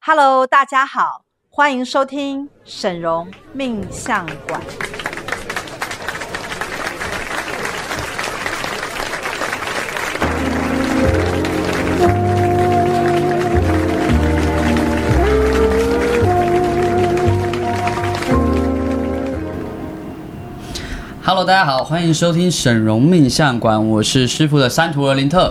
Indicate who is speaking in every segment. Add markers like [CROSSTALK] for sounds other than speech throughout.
Speaker 1: Hello，大家好，欢迎收听沈荣命相馆。
Speaker 2: Hello，大家好，欢迎收听沈荣命相馆，我是师傅的三徒儿林特。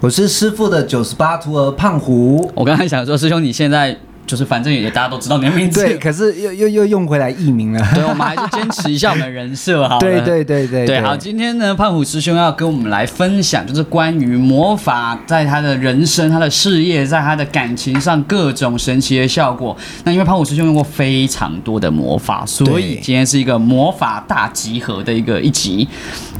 Speaker 3: 我是师傅的九十八徒儿胖虎。
Speaker 2: 我刚才想说，师兄你现在就是反正也大家都知道你的名字，
Speaker 3: 对，可是又又又用回来艺名了。
Speaker 2: [LAUGHS] 对，我们还是坚持一下我们的人设好了。
Speaker 3: 对对对对
Speaker 2: 对，好，
Speaker 3: 对，
Speaker 2: 今天呢，胖虎师兄要跟我们来分享，就是关于魔法在他的人生、他的事业、在他的感情上各种神奇的效果。那因为胖虎师兄用过非常多的魔法，所以
Speaker 3: 对
Speaker 2: 今天是一个魔法大集合的一个一集。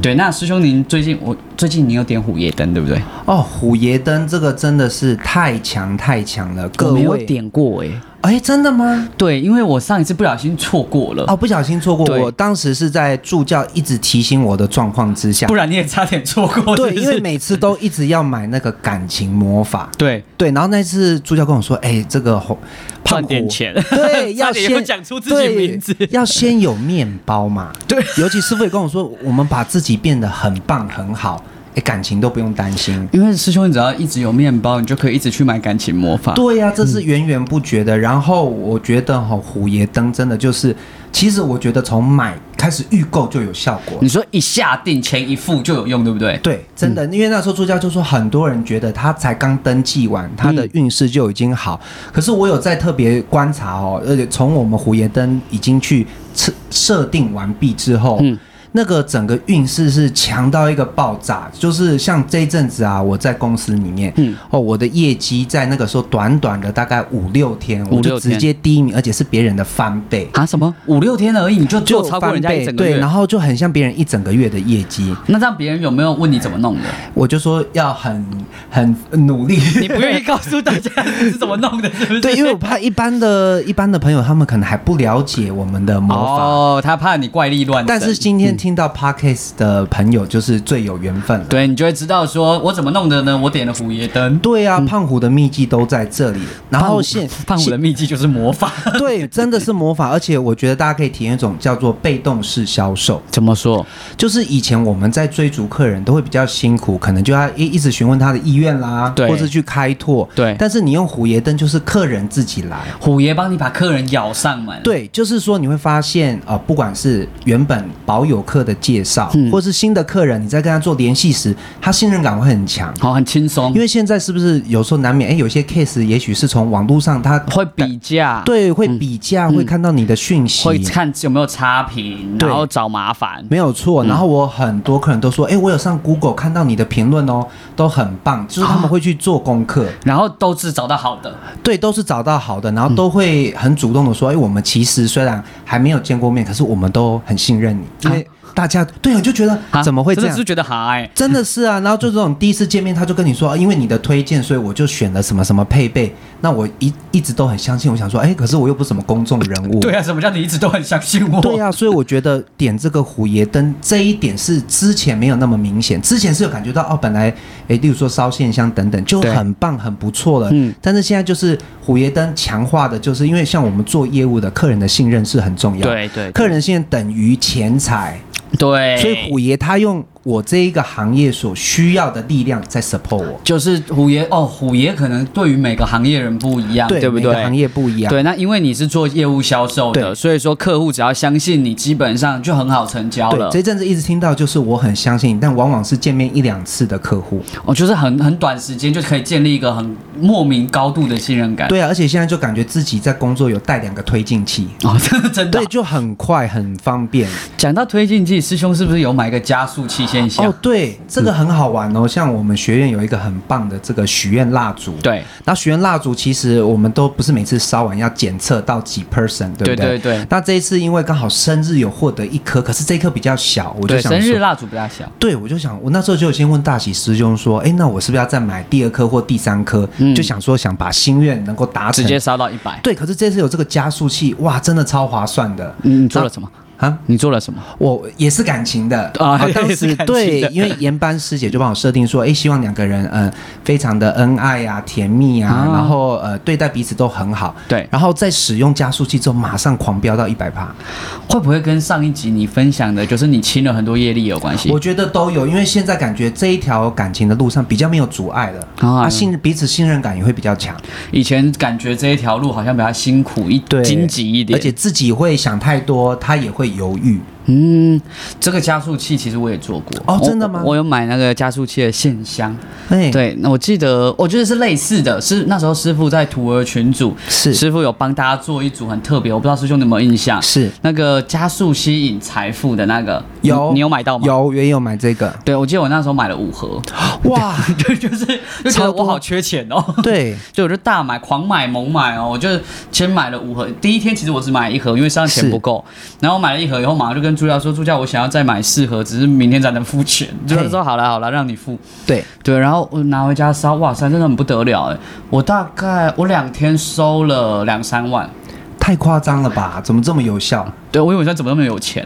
Speaker 2: 对，那师兄您最近我最近您有点虎夜灯对不对？
Speaker 3: [LAUGHS] 哦，虎爷灯这个真的是太强太强了，各
Speaker 2: 我没有
Speaker 3: 位。
Speaker 2: 点过哎、
Speaker 3: 哎，真的吗？
Speaker 2: 对，因为我上一次不小心错过了。
Speaker 3: 哦，不小心错过。
Speaker 2: 对
Speaker 3: 我当时是在助教一直提醒我的状况之下
Speaker 2: [LAUGHS] 不，然你也差点错过。
Speaker 3: 对，
Speaker 2: 是不
Speaker 3: 因
Speaker 2: 是
Speaker 3: 为每次都一直要买那个感情魔法。
Speaker 2: 对
Speaker 3: 对，然后那次助教跟我说：“哎，这个红胖
Speaker 2: 赚
Speaker 3: 虎
Speaker 2: 点钱，
Speaker 3: [LAUGHS] 对，
Speaker 2: [LAUGHS] 差
Speaker 3: 要
Speaker 2: 点又
Speaker 3: 先
Speaker 2: 讲出自己名字，
Speaker 3: 对要先有面包嘛。
Speaker 2: [LAUGHS]
Speaker 3: 对，尤其师傅也跟我说，我们把自己变得很棒很好，哎，感情都不用担心。
Speaker 2: 因为师兄，你只要一直有面包，你就可以一直去买感情魔法。
Speaker 3: 对呀、这是
Speaker 2: 嗯
Speaker 3: 源源不绝的。然后我觉得哈、虎爷灯真的就是，其实我觉得从买开始预购就有效果
Speaker 2: 你。说一下定前一付就有用，对不对？
Speaker 3: 对，真
Speaker 2: 嗯
Speaker 3: 的，因为那时候助教就说，很多人觉得他才刚登记完，他
Speaker 2: 嗯
Speaker 3: 的运势就已经好。可是我有在特别观察哦，而且从我们虎爷灯已经去设设定完毕之后，
Speaker 2: 嗯
Speaker 3: 那个整个运势是强到一个爆炸。就是像这一阵子啊，我在公司里面，
Speaker 2: 嗯
Speaker 3: 哦，我的业绩在那个时候短短的大概五六天，
Speaker 2: 五
Speaker 3: 我
Speaker 2: 六
Speaker 3: 就直
Speaker 2: 天
Speaker 3: 接第一名，而且是别人的翻倍。
Speaker 2: 啊，什么五六天而已，你就做超过人家
Speaker 3: 翻
Speaker 2: 一
Speaker 3: 倍
Speaker 2: 整个月
Speaker 3: 对，然。后就很像别人一整个月的业绩。
Speaker 2: 那这样别人有没有问你怎么弄
Speaker 3: [LAUGHS]
Speaker 2: 的？
Speaker 3: 我就说要很很努力，
Speaker 2: 你不愿意告诉大家你是怎么弄的，是不是？
Speaker 3: [LAUGHS] 对，因为我怕一般的一般的朋友他们可能还不了解我们的魔法。
Speaker 2: 哦，他怕你怪力乱神。
Speaker 3: 但是今天听到 podcast 的朋友就是最有缘分了。
Speaker 2: 对你就会知道说我怎么弄的呢？我点了虎爷灯，
Speaker 3: 对嗯啊，胖虎的秘籍都在这里。然后现
Speaker 2: 胖虎的秘籍就是魔法。
Speaker 3: 现对，真的是魔法，而且我觉得大家可以体验一种叫做被动式销售。
Speaker 2: 怎么说？
Speaker 3: 就是以前我们在追逐客人都会比较辛苦，可能就要一一直询问他的意愿啦，
Speaker 2: 对
Speaker 3: 或是去开拓。
Speaker 2: 对
Speaker 3: 但是你用虎爷灯，就是客人自己来。
Speaker 2: 虎爷帮你把客人咬上门。，
Speaker 3: 对，就是说你会发现，呃，不管是原本保有客的介绍，
Speaker 2: 嗯
Speaker 3: 或是新的客人，你在跟他做联系时，他信任感会很强。
Speaker 2: 好，哦很轻松，
Speaker 3: 因为现在是不是有时候难免，哎，有些 case 也许是从网络上他
Speaker 2: 会比价，，
Speaker 3: 对会比价，会看到你的讯息，
Speaker 2: 会看有没有差评，
Speaker 3: 对
Speaker 2: 然后找麻烦。
Speaker 3: 没有
Speaker 2: 嗯
Speaker 3: 错。然后我很多客人都说，哎，我有上 Google 看到你的评论哦，都很棒，就是
Speaker 2: 啊
Speaker 3: 他们会去做功课，
Speaker 2: 然后都是找到好的，
Speaker 3: 对，都是找到好的，
Speaker 2: 嗯
Speaker 3: 然后都会很主动的说，哎，我们其实虽然还没有见过面，可是我们都很信任你，因为大家对啊，就觉得
Speaker 2: 啊
Speaker 3: 怎么会
Speaker 2: 真的
Speaker 3: 这样
Speaker 2: 是？觉得哈哎，
Speaker 3: 真的是啊，然后就这种第一次见面，他就跟你说，啊因为你的推荐，所以我就选了什么什么配备。那我一一直都很相信，我想说，哎，可是我又不是什么公众人物，
Speaker 2: 对啊，什么叫你一直都很相信我？
Speaker 3: [LAUGHS] 对，啊，所以我觉得点这个虎爷灯这一点是之前没有那么明显，之前是有感觉到哦，本来诶，例如说烧线香等等就
Speaker 2: 对
Speaker 3: 很棒很不错了，
Speaker 2: 嗯
Speaker 3: 但是现在就是虎爷灯强化的，就是因为像我们做业务的，客人的信任是很重要，，
Speaker 2: 对哎对
Speaker 3: 客人信任等于钱财，
Speaker 2: 对，
Speaker 3: 所以虎爷他用我这一个行业所需要的力量在 support 我，
Speaker 2: 就是虎爷哦，虎爷可能对于每个行业人不一样，不
Speaker 3: 每
Speaker 2: 哎对？
Speaker 3: 个行业不一样，
Speaker 2: 对，那因为你是做业务销售的，
Speaker 3: 对
Speaker 2: 所以说客户只要相信你，基本上就很好成交
Speaker 3: 对
Speaker 2: 了。
Speaker 3: 这阵子一直听到就是我很相信你，但往往是见面一两次的客户。
Speaker 2: 哦，就是很很短时间就可以建立一个很莫名高度的信任感。
Speaker 3: 对啊，而且现在就感觉自己在工作有带两个推进器，
Speaker 2: [LAUGHS] 哦，真的真的
Speaker 3: 对，。就很快很方便。
Speaker 2: 讲到推进剂，师兄是不是有买一个加速器现象？
Speaker 3: 哦，对，这个很好玩哦。像我们学院有一个很棒的这个许愿蜡烛，。
Speaker 2: 对
Speaker 3: 那许愿蜡烛其实我们都不是每次烧完要检测到几 person，对
Speaker 2: 对
Speaker 3: 不对？
Speaker 2: 对对
Speaker 3: 那这一次因为刚好生日有获得一颗，可是这一颗比较小，我就
Speaker 2: 对，
Speaker 3: 想
Speaker 2: 生日
Speaker 3: 说。
Speaker 2: 蜡烛比较小，
Speaker 3: 对，我就想，我那时候就有先问大喜师兄说，哎，那我是不是要再买第二颗或第三颗？
Speaker 2: 嗯
Speaker 3: 就想说想把心愿能够达
Speaker 2: 直
Speaker 3: 成。
Speaker 2: 接烧到一百。
Speaker 3: 对，可是这次有这个加速器，哇，真的超划算的。
Speaker 2: 嗯，你做了什么？
Speaker 3: 啊，
Speaker 2: 你做了什么？
Speaker 3: 我也是感情的
Speaker 2: 啊 [LAUGHS]
Speaker 3: 好当
Speaker 2: 也是
Speaker 3: 时
Speaker 2: 感情
Speaker 3: 对
Speaker 2: 的，
Speaker 3: 因为研班师姐就帮我设定说，哎，希望两个人嗯、呃非常的恩爱啊，甜蜜啊，
Speaker 2: 啊
Speaker 3: 然后呃对待彼此都很好。
Speaker 2: 对
Speaker 3: 然后在使用加速器之后，马上狂飙到一百趴。
Speaker 2: 会不会跟上一集你分享的，就是你清了很多业力有关系
Speaker 3: 我？觉得都有，因为现在感觉这一条感情的路上比较没有阻碍了，
Speaker 2: 啊
Speaker 3: 啊，信彼此信任感也会比较强，
Speaker 2: 以前感觉这一条路好像比较辛苦一
Speaker 3: 对，
Speaker 2: 荆棘一点，
Speaker 3: 而且自己会想太多，他也会犹豫。
Speaker 2: 嗯，这个加速器其实我也做过
Speaker 3: 哦
Speaker 2: 我
Speaker 3: 真的吗
Speaker 2: 我我有买那个加速器的线香，
Speaker 3: 哎，，
Speaker 2: 对，那我记得我觉得是类似的，是那时候师傅在徒儿群组，
Speaker 3: 是
Speaker 2: 师傅有帮大家做一组很特别，我不知道师兄你有没有印象？
Speaker 3: 是
Speaker 2: 那个加速吸引财富的那个，
Speaker 3: 有
Speaker 2: 你你有买到吗？。
Speaker 3: 有，我也有买这个，
Speaker 2: 对，我记得我那时候买了五盒， [LAUGHS]
Speaker 3: 哇，
Speaker 2: 对，就是就觉
Speaker 3: 超
Speaker 2: 得
Speaker 3: 多
Speaker 2: 我好缺钱哦。 [LAUGHS]
Speaker 3: 对，
Speaker 2: 就我就大买、狂买、猛买哦！我就先买了五盒，第一天其实我只买一盒，因为身上钱
Speaker 3: 是
Speaker 2: 不够。然后我买了一盒以后，马上就跟朱教说：“朱教，我想要再买四盒，只是明天才能付钱。”朱教说：“好了好了，让你付。
Speaker 3: 对，”
Speaker 2: 对，然后我拿回家烧，哇塞，真的很不得了哎！我大概我两天收了两三万。
Speaker 3: 太夸张了吧？怎么这么有效？
Speaker 2: 对，我以为他怎么那么有
Speaker 3: [LAUGHS]
Speaker 2: 钱？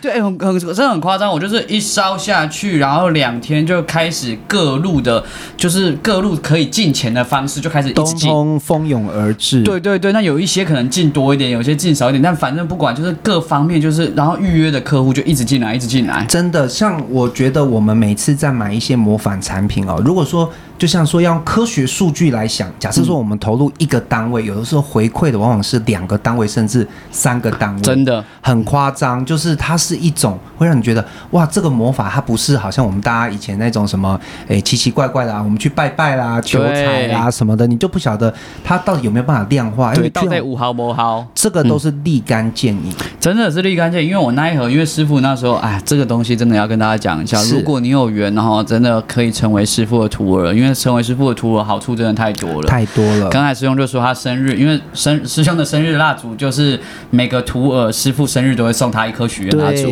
Speaker 2: 对，很很真的很夸张。我就是一烧下去，然后两天就开始各路的，就是各路可以进钱的方式就开始一
Speaker 3: 东
Speaker 2: 直进。
Speaker 3: 风蜂拥而至，
Speaker 2: 对对对，那有一些可能进多一点，有些进少一点，但反正不管，就是各方面就是，然后预约的客户就一直进来，一直进来。
Speaker 3: 真的，像我觉得我们每次在买一些模仿产品哦，如果说就像说要用科学数据来想，假设
Speaker 2: 嗯
Speaker 3: 说我们投入一个单位，有的时候回馈的往往是两个单位甚至三个单位，
Speaker 2: 真的，
Speaker 3: 很夸张，就是它是一种会让你觉得哇，这个魔法它不是好像我们大家以前那种什么诶奇奇怪怪的、啊，我们去拜拜啦、求财啦什么的，你就不晓得它到底有没有办法量化，因
Speaker 2: 对，
Speaker 3: 为
Speaker 2: 到底五毫摩毫，
Speaker 3: 这个都是立竿见影。
Speaker 2: 真的是立竿见影。因为我那一盒，因为师傅那时候，哎，这个东西真的要跟大家讲一下，
Speaker 3: 是
Speaker 2: 如果你有缘哈，真的可以成为师傅的徒儿，因为成为师傅的徒儿好处真的太多了。
Speaker 3: 太多了。
Speaker 2: 刚才师兄就说他生日，因为生师兄的生日蜡烛就是每个徒儿师傅生日都会送他一颗许愿蜡烛，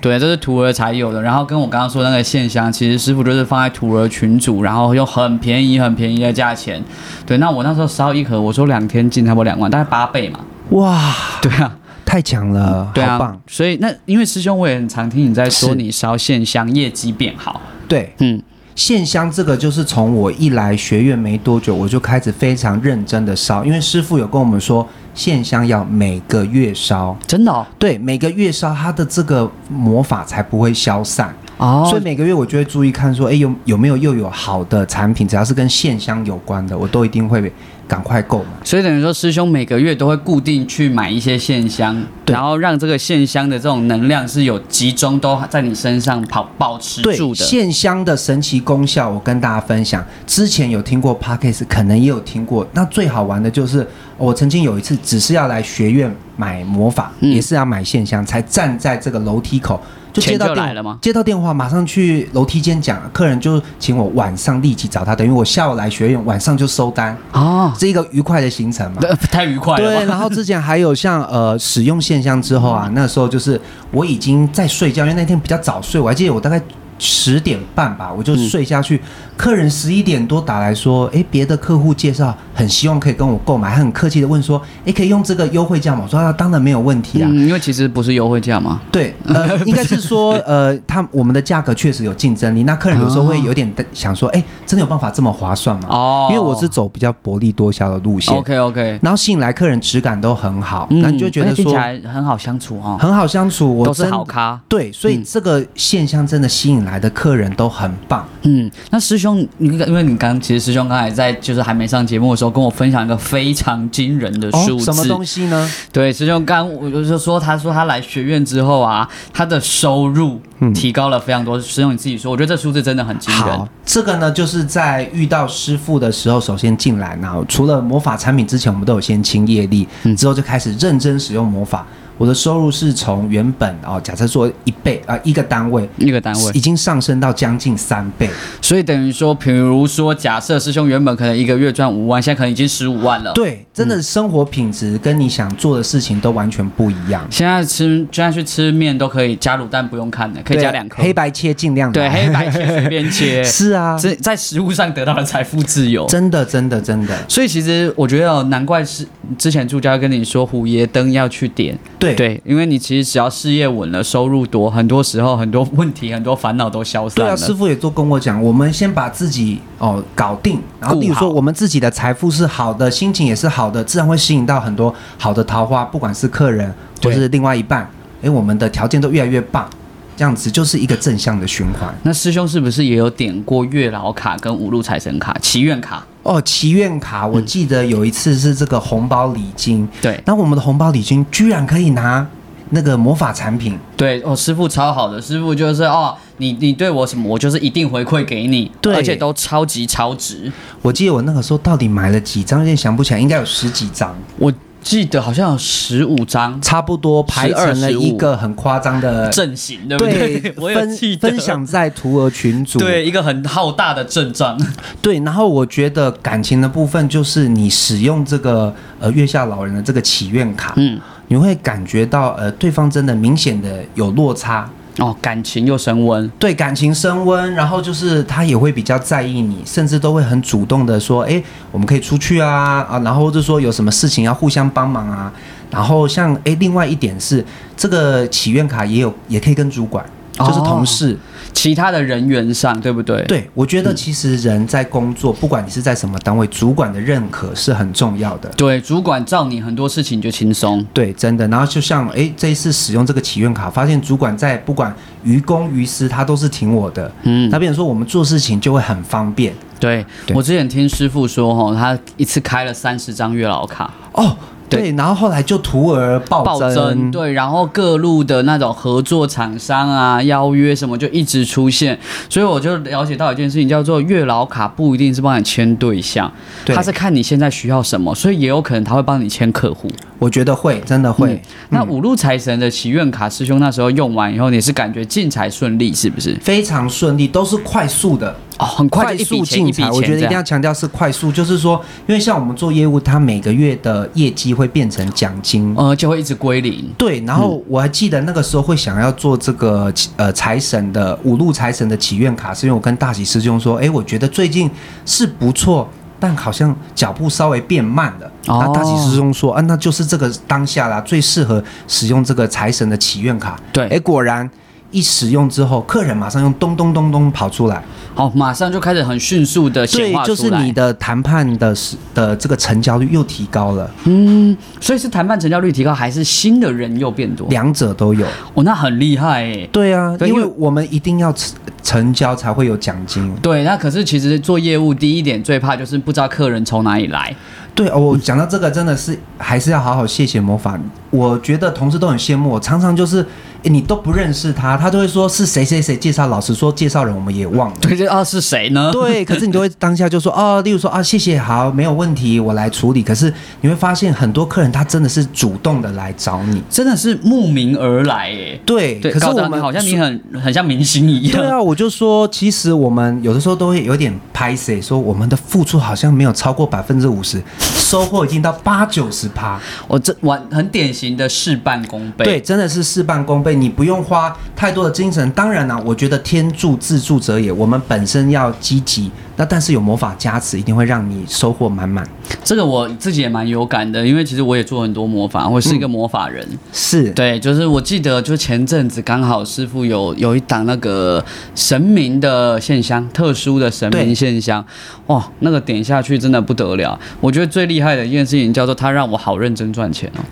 Speaker 3: 对
Speaker 2: 对，这是徒儿才有的。然后跟我刚刚说那个线香，其实师傅就是放在徒儿群组，然后用很便宜、很便宜的价钱。对，那我那时候烧一盒，我说两天进差不多两万，大概八倍嘛。
Speaker 3: 哇，
Speaker 2: 对啊，
Speaker 3: 太强了，
Speaker 2: 对
Speaker 3: 好
Speaker 2: 啊
Speaker 3: 棒。。
Speaker 2: 所以那因为师兄我也很常听你在说
Speaker 3: 是
Speaker 2: 你烧线香业绩变好，
Speaker 3: 对，
Speaker 2: 嗯，
Speaker 3: 线香这个就是从我一来学院没多久，我就开始非常认真的烧，因为师傅有跟我们说，线香要每个月烧。
Speaker 2: 真的哦。
Speaker 3: 对，每个月烧它的这个魔法才不会消散，
Speaker 2: 哦
Speaker 3: 所以每个月我就会注意看说，哎，有有没有又有好的产品，只要是跟线香有关的，我都一定会赶快购买。
Speaker 2: 所以等于说，师兄每个月都会固定去买一些线香，
Speaker 3: 对
Speaker 2: 然后让这个线香的这种能量是有集中都在你身上跑保持
Speaker 3: 对
Speaker 2: 住的。
Speaker 3: 线香的神奇功效，我跟大家分享。之前有听过 Pockets，可能也有听过。那最好玩的就是，我曾经有一次只是要来学院买魔法，
Speaker 2: 嗯
Speaker 3: 也是要买线香，才站在这个楼梯口。就接到
Speaker 2: 钱就
Speaker 3: 电
Speaker 2: 来了吗
Speaker 3: 接到电话，马上去楼梯间讲，客人就请我晚上立即找他，等于我下午来学院，晚上就收单，
Speaker 2: 哦，
Speaker 3: 是一个愉快的行程嘛。
Speaker 2: 对呃太愉快
Speaker 3: 对，
Speaker 2: 了吧？
Speaker 3: 然后之前还有像呃使用现象之后
Speaker 2: 嗯
Speaker 3: 啊，那时候就是我已经在睡觉，因为那天比较早睡，我还记得我大概十点半吧，我就
Speaker 2: 嗯
Speaker 3: 睡下去。客人十一点多打来说，诶，别的客户介绍很希望可以跟我购买，还很客气的问说，诶，可以用这个优惠价吗？我说、啊、当然没有问题啊。
Speaker 2: 嗯，因为其实不是优惠价嘛。
Speaker 3: 对，
Speaker 2: [LAUGHS]
Speaker 3: 呃，应该是说，呃，他我们的价格确实有竞争力。那客人有时候会有点想说，诶，哎真的有办法这么划算吗？
Speaker 2: 哦
Speaker 3: 因为我是走比较薄利多销的路线。
Speaker 2: OK OK，
Speaker 3: 然后吸引来客人质嗯感都很好，那、你就觉
Speaker 2: 嗯
Speaker 3: 得
Speaker 2: 哎听
Speaker 3: 说
Speaker 2: 起来很好相处哦，
Speaker 3: 很好相处，我
Speaker 2: 都是
Speaker 3: 真
Speaker 2: 好咖。
Speaker 3: 对，所以
Speaker 2: 嗯
Speaker 3: 这个现象真的吸引来的客人都很棒。
Speaker 2: 嗯，那师兄，你因为你刚其实师兄刚才在就是还没上节目的时候，跟我分享一个非常惊人的数字，
Speaker 3: 哦什么东西呢？
Speaker 2: 对，师兄刚我就说，他说他来学院之后啊，他的收入提高了非常多。师兄你自己说，我觉得这数字真的很惊人
Speaker 3: 嗯好。，这个呢，就是在遇到师傅的时候，首先进来呢，除了魔法产品之前，我们都有先清业力，
Speaker 2: 嗯
Speaker 3: 之后就开始认真使用魔法。我的收入是从原本哦，假设说一倍啊、呃一个单位，
Speaker 2: 一个单
Speaker 3: 已
Speaker 2: 位，嗯
Speaker 3: 经上升到将近三倍。
Speaker 2: 所以等于说，比如说，假设师兄原本可能一个月赚五万，现在可能已经十五万了。，
Speaker 3: 对，真
Speaker 2: 嗯
Speaker 3: 的生活品质跟你想做的事情都完全不一样。
Speaker 2: 现在吃现在去吃面都可以加卤蛋不用看的，可以
Speaker 3: 对
Speaker 2: 加两颗
Speaker 3: 黑白切，尽量
Speaker 2: 对
Speaker 3: 来
Speaker 2: 黑白
Speaker 3: [LAUGHS]
Speaker 2: 切随便切，
Speaker 3: 是啊，
Speaker 2: 这在食物上得到了财富自由。
Speaker 3: 真的真的真的
Speaker 2: 所以其实我觉得哦，难怪是之前助教跟你说虎爷灯要去点，
Speaker 3: 对
Speaker 2: 对，因为你其实只要事业稳了，收入多，很多时候很多问题、很多烦恼都消散
Speaker 3: 对啊，
Speaker 2: 了。
Speaker 3: 师傅也都跟我讲，我们先把自己哦搞定，然后
Speaker 2: 顾
Speaker 3: 例如说
Speaker 2: 好
Speaker 3: 我们自己的财富是好的，心情也是好的，自然会吸引到很多好的桃花，不管是客人或
Speaker 2: 对
Speaker 3: 是另外一半，哎，我们的条件都越来越棒，这样子就是一个正向的循环。
Speaker 2: 那师兄是不是也有点过月老卡跟五路财神卡、祈愿卡？
Speaker 3: 哦，祈愿卡，我记得有一次是这个红包礼金，
Speaker 2: 对
Speaker 3: 那我们的红包礼金居然可以拿那个魔法产品，
Speaker 2: 对，哦，师傅超好的，师傅就是哦，你你对我什么，我就是一定回馈给你，
Speaker 3: 对
Speaker 2: 而且都超级超值。
Speaker 3: 我记得我那个时候到底买了几张，有点想不起来，应该有十几张，
Speaker 2: 我记得好像有十五张
Speaker 3: 差不多排成了一个很夸张的
Speaker 2: 阵型，对不
Speaker 3: 对，
Speaker 2: 我也记
Speaker 3: 分
Speaker 2: 得
Speaker 3: 分享在徒儿群组。
Speaker 2: 对一个很浩大的阵仗。
Speaker 3: 对然后我觉得感情的部分就是你使用这个呃月下老人的这个祈愿卡，
Speaker 2: 嗯，
Speaker 3: 你会感觉到呃对方真的明显的有落差，
Speaker 2: 哦，感情又升温。
Speaker 3: 对感情升温，然后就是他也会比较在意你，甚至都会很主动的说，哎，我们可以出去啊啊，然后就说有什么事情要互相帮忙啊。然后像哎，另外一点是这个祈愿卡也有，也可以跟主管，就是同事。
Speaker 2: 其他的人员上，对不哦对？，嗯
Speaker 3: 对，我觉得其实人在工作，不管你是在什么单位，主管的认可是很重要的。
Speaker 2: 对，主管罩你很多事情就轻松。
Speaker 3: 对，真的。然后就像诶，这一次使用这个祈愿卡，发现主管在不管于公于私，他都是挺我的。
Speaker 2: 嗯
Speaker 3: 那，变成说我们做事情就会很方便
Speaker 2: 对
Speaker 3: 对
Speaker 2: 我之前听师傅说，哈，他一次开了三十张月老卡，
Speaker 3: 哦。
Speaker 2: 对
Speaker 3: 对，然后后来就徒儿哦暴
Speaker 2: 暴
Speaker 3: 增，
Speaker 2: 增，对，然后各路的那种合作厂商啊、邀约什么就一直出现，所以我就了解到一件事情，叫做月老卡不一定是帮你签对象，
Speaker 3: 对
Speaker 2: 他是看你现在需要什么，所以也有可能他会帮你签客户。
Speaker 3: 我觉得会，真的会。
Speaker 2: 嗯那五路财神的祈愿卡，师兄那时候用完以后，你是感觉进财顺利，是不是？
Speaker 3: 非常顺利，都是快速的，
Speaker 2: 哦，很快
Speaker 3: 快
Speaker 2: 就一笔
Speaker 3: 速
Speaker 2: 钱一
Speaker 3: 进
Speaker 2: 笔
Speaker 3: 财。
Speaker 2: 钱
Speaker 3: 我觉得
Speaker 2: 这
Speaker 3: 一定要
Speaker 2: 样。
Speaker 3: 强调是快速，就是说，因为像我们做业务，它每个月的业绩会变成奖金，
Speaker 2: 呃，就会一直归零。
Speaker 3: 对，然后
Speaker 2: 嗯
Speaker 3: 我还记得那个时候会想要做这个呃财神的五路财神的祈愿卡，是因为我跟大喜师兄说，哎，我觉得最近是不错，但好像脚步稍微变慢了。
Speaker 2: 哦
Speaker 3: 那大喜师兄说，啊，那就是这个当下啦，最适合使用这个财神的祈愿卡。
Speaker 2: 对
Speaker 3: 哎，果然一使用之后，客人马上用咚咚咚咚跑出来。
Speaker 2: 好，马上就开始很迅速的显
Speaker 3: 对
Speaker 2: 化，
Speaker 3: 就
Speaker 2: 出
Speaker 3: 是
Speaker 2: 来。
Speaker 3: 你的谈判的时的这个成交率又提高了，
Speaker 2: 嗯，所以是谈判成交率提高，还是新的人又变多？
Speaker 3: 两者都有。
Speaker 2: 哦，那很厉害欸诶、
Speaker 3: 对啊，
Speaker 2: 对
Speaker 3: 因
Speaker 2: 因
Speaker 3: 为
Speaker 2: 为
Speaker 3: 我们一定要成成交才会有奖金。
Speaker 2: 对，那可是其实做业务第一点最怕就是不知道客人从哪里来。
Speaker 3: 对哦，我讲到这个真的是还是要好好谢谢魔法。我觉得同事都很羡慕我，常常就是诶你都不认识他，他都会说是谁谁谁介绍。老实说，介绍人我们也 [LAUGHS] 忘了。
Speaker 2: 对，就啊是谁呢？
Speaker 3: 对，可是你都会当下就说哦，例如说啊，谢谢，好，没有问题，我来处理。可是你会发现很多客人他真的是主动的来找你。
Speaker 2: [LAUGHS] 真的是慕名而来诶、
Speaker 3: 对，
Speaker 2: 对，
Speaker 3: 可是
Speaker 2: 搞得
Speaker 3: 我们
Speaker 2: 好像你很很像明星一样。
Speaker 3: 对啊，我就说，其实我们有的时候都会有点拍谁，说我们的付出好像没有超过百分之五十，收获已经到八九十趴。
Speaker 2: [LAUGHS] 我这完很典型的事半功倍。
Speaker 3: 对，真的是事半功倍，你不用花太多的精神。当然啦、我觉得天助自助者也，我们本身要积极，那但是有魔法加持，一定会让你收获满满。
Speaker 2: 这个我自己也蛮有感的，因为其实我也做很多魔法，我是一
Speaker 3: 嗯
Speaker 2: 个魔法人。
Speaker 3: 是，
Speaker 2: 对，就是我记得，就前阵子刚好师傅有有一档那个神明的线香，特殊的神明
Speaker 3: 对
Speaker 2: 线香，哇、那个点下去真的不得了。我觉得最厉害的一件事情叫做他让我好认真赚钱哦。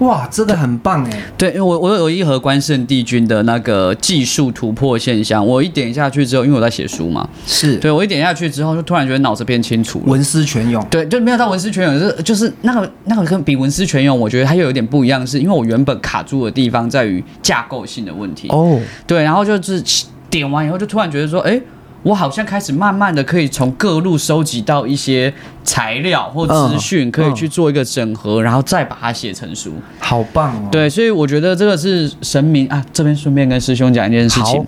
Speaker 3: 哇，这个很棒哎、
Speaker 2: 对，因为我我有一盒关圣帝君的那个技术突破线香，我一点下去之后，因为我在写书嘛，
Speaker 3: 是
Speaker 2: 对我一点下去之后，就突然觉得脑子变清楚了。
Speaker 3: 文思泉涌。
Speaker 2: 对，就没有到文思泉涌，就是就是那个那个跟比文思泉涌，我觉得它又有点不一样，是因为我原本卡住的地方在于架构性的问题。
Speaker 3: 哦，
Speaker 2: 对，然后就是点完以后，就突然觉得说，哎、我好像开始慢慢的可以从各路收集到一些材料或资讯，
Speaker 3: 嗯
Speaker 2: 可以去做一个整合，然后再把它写成书。
Speaker 3: 好棒哦。，
Speaker 2: 对，所以我觉得这个是神明啊。这边顺便跟师兄讲一件事情
Speaker 3: 好，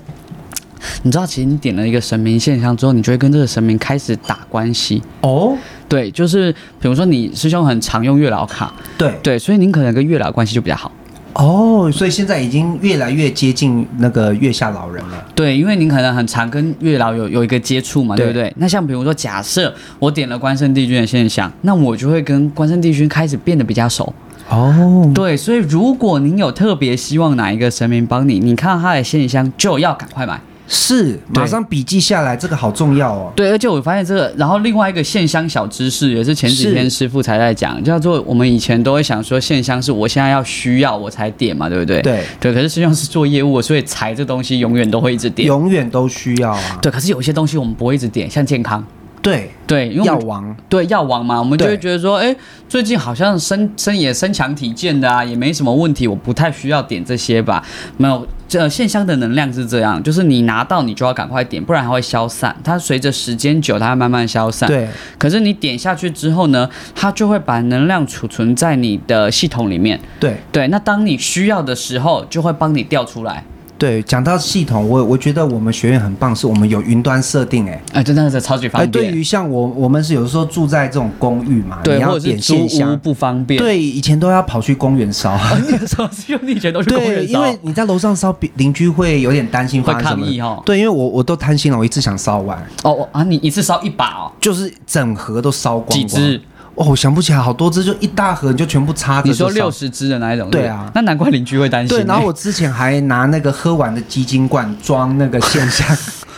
Speaker 2: 你知道，其实你点了一个神明现象之后，你就会跟这个神明开始打关系。
Speaker 3: 哦，
Speaker 2: 对，就是比如说你师兄很常用月老卡，
Speaker 3: 对，
Speaker 2: 对，所以您可能跟月老关系就比较好。
Speaker 3: 哦，所以现在已经越来越接近那个月下老人了。
Speaker 2: 对，因为您可能很常跟月老有有一个接触嘛，对
Speaker 3: 对
Speaker 2: 不对？那像比如说，假设我点了关圣帝君的现象，那我就会跟关圣帝君开始变得比较熟。
Speaker 3: 哦，
Speaker 2: 对，所以如果您有特别希望哪一个神明帮你，你看到他的现象就要赶快买。
Speaker 3: 是，马上笔记下来，这个好重要哦。
Speaker 2: 对，而且我发现这个，然后另外一个线香小知识也是前几天
Speaker 3: 是
Speaker 2: 师傅才在讲，叫做我们以前都会想说线香是我现在要需要我才点嘛，对不对？
Speaker 3: 对
Speaker 2: 对，可是师兄是做业务的，所以财这东西永远都会一直点。
Speaker 3: 永远都需要啊。
Speaker 2: 对，可是有一些东西我们不会一直点，像健康，
Speaker 3: 对，
Speaker 2: 对，因为我
Speaker 3: 药
Speaker 2: 们
Speaker 3: 王
Speaker 2: 对药王嘛，我们就会
Speaker 3: 对
Speaker 2: 觉得说，哎，最近好像身身也身强体健的啊，也没什么问题，我不太需要点这些吧。没有，这线香的能量是这样，就是你拿到你就要赶快点，不然它会消散。它随着时间久，它会慢慢消散。。
Speaker 3: 对
Speaker 2: 可是你点下去之后呢，它就会把能量储存在你的系统里面。
Speaker 3: 对
Speaker 2: 对，那当你需要的时候，就会帮你调出来。
Speaker 3: 对，讲到系统，我我觉得我们学院很棒，是我们有云端设定哎。
Speaker 2: 哎，真的是超级
Speaker 3: 哎，
Speaker 2: 方
Speaker 3: 对
Speaker 2: 便。
Speaker 3: 于像我我们是有时候住在这种公寓嘛，
Speaker 2: 对，
Speaker 3: 你
Speaker 2: 或
Speaker 3: 要
Speaker 2: 者是
Speaker 3: 点
Speaker 2: 租
Speaker 3: 线
Speaker 2: 屋
Speaker 3: 香，
Speaker 2: 不方便。 [LAUGHS]
Speaker 3: 对，以前都要跑去公园烧。 [LAUGHS]
Speaker 2: 啊，那个时候是用以前都是公
Speaker 3: 对，
Speaker 2: 园
Speaker 3: 因
Speaker 2: 烧
Speaker 3: 为你在楼上烧，比邻居会有点担心发生什么
Speaker 2: 会抗议哦。
Speaker 3: 对，因为我我都贪心了，我一次想烧完，
Speaker 2: 哦我啊，你一次烧一把哦，
Speaker 3: 就是整盒都烧光光。
Speaker 2: 几只？
Speaker 3: 哦，我想不起来，好多只，就一大盒，你就全部插着。
Speaker 2: 你说六？十只的那一种？
Speaker 3: 对
Speaker 2: 不
Speaker 3: 啊
Speaker 2: 那难怪邻居会担心。。
Speaker 3: 对，然后我之前还拿那个喝完的鸡精罐装那个线香，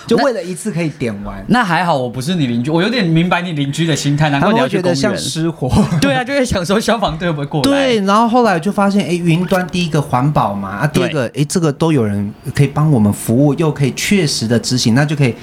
Speaker 3: 就为了一次可以点完
Speaker 2: [LAUGHS] 那还好，我不是你邻居，我有点明白你邻居的心态，难
Speaker 3: 他
Speaker 2: 怪
Speaker 3: 们
Speaker 2: 你要
Speaker 3: 会
Speaker 2: 去
Speaker 3: 觉
Speaker 2: 公
Speaker 3: 得像
Speaker 2: 园。
Speaker 3: 失火。
Speaker 2: [LAUGHS] 对啊，就会想说消防队会不会过来？
Speaker 3: 对，然后后来就发现，哎，云端第一个环保嘛，啊，第二个，哎，这个都有人可以帮我们服务，又可以确实的执行，那就可以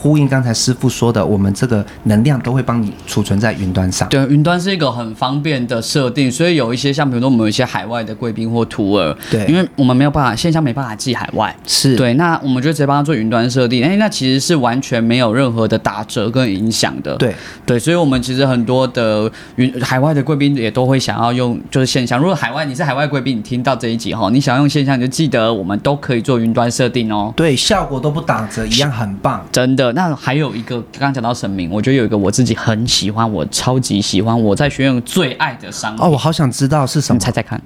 Speaker 3: 呼应刚才师傅说的，我们这个能量都会帮你储存在云端上。
Speaker 2: 对，云端是一个很方便的设定，所以有一些像比如说我们有一些海外的贵宾或徒儿，
Speaker 3: 对
Speaker 2: 因为我们没有办法线上没办法寄海外，
Speaker 3: 是，
Speaker 2: 对，那我们就直接帮他做云端设定，哎，那其实是完全没有任何的打折跟影响的，
Speaker 3: 对，
Speaker 2: 对，所以我们其实很多的云海外的贵宾也都会想要用就是线上，如果海外你是海外贵宾，你听到这一集哈，你想要用线上，你就记得我们都可以做云端设定哦。
Speaker 3: 对，效果都不打折，一样很棒。
Speaker 2: 真的，那还有一个，刚刚讲到神明，我觉得有一个我自己很喜欢，我超级喜欢，我在学院最爱的商品
Speaker 3: 哦，我好想知道是什
Speaker 2: 你
Speaker 3: 么，
Speaker 2: 猜猜看，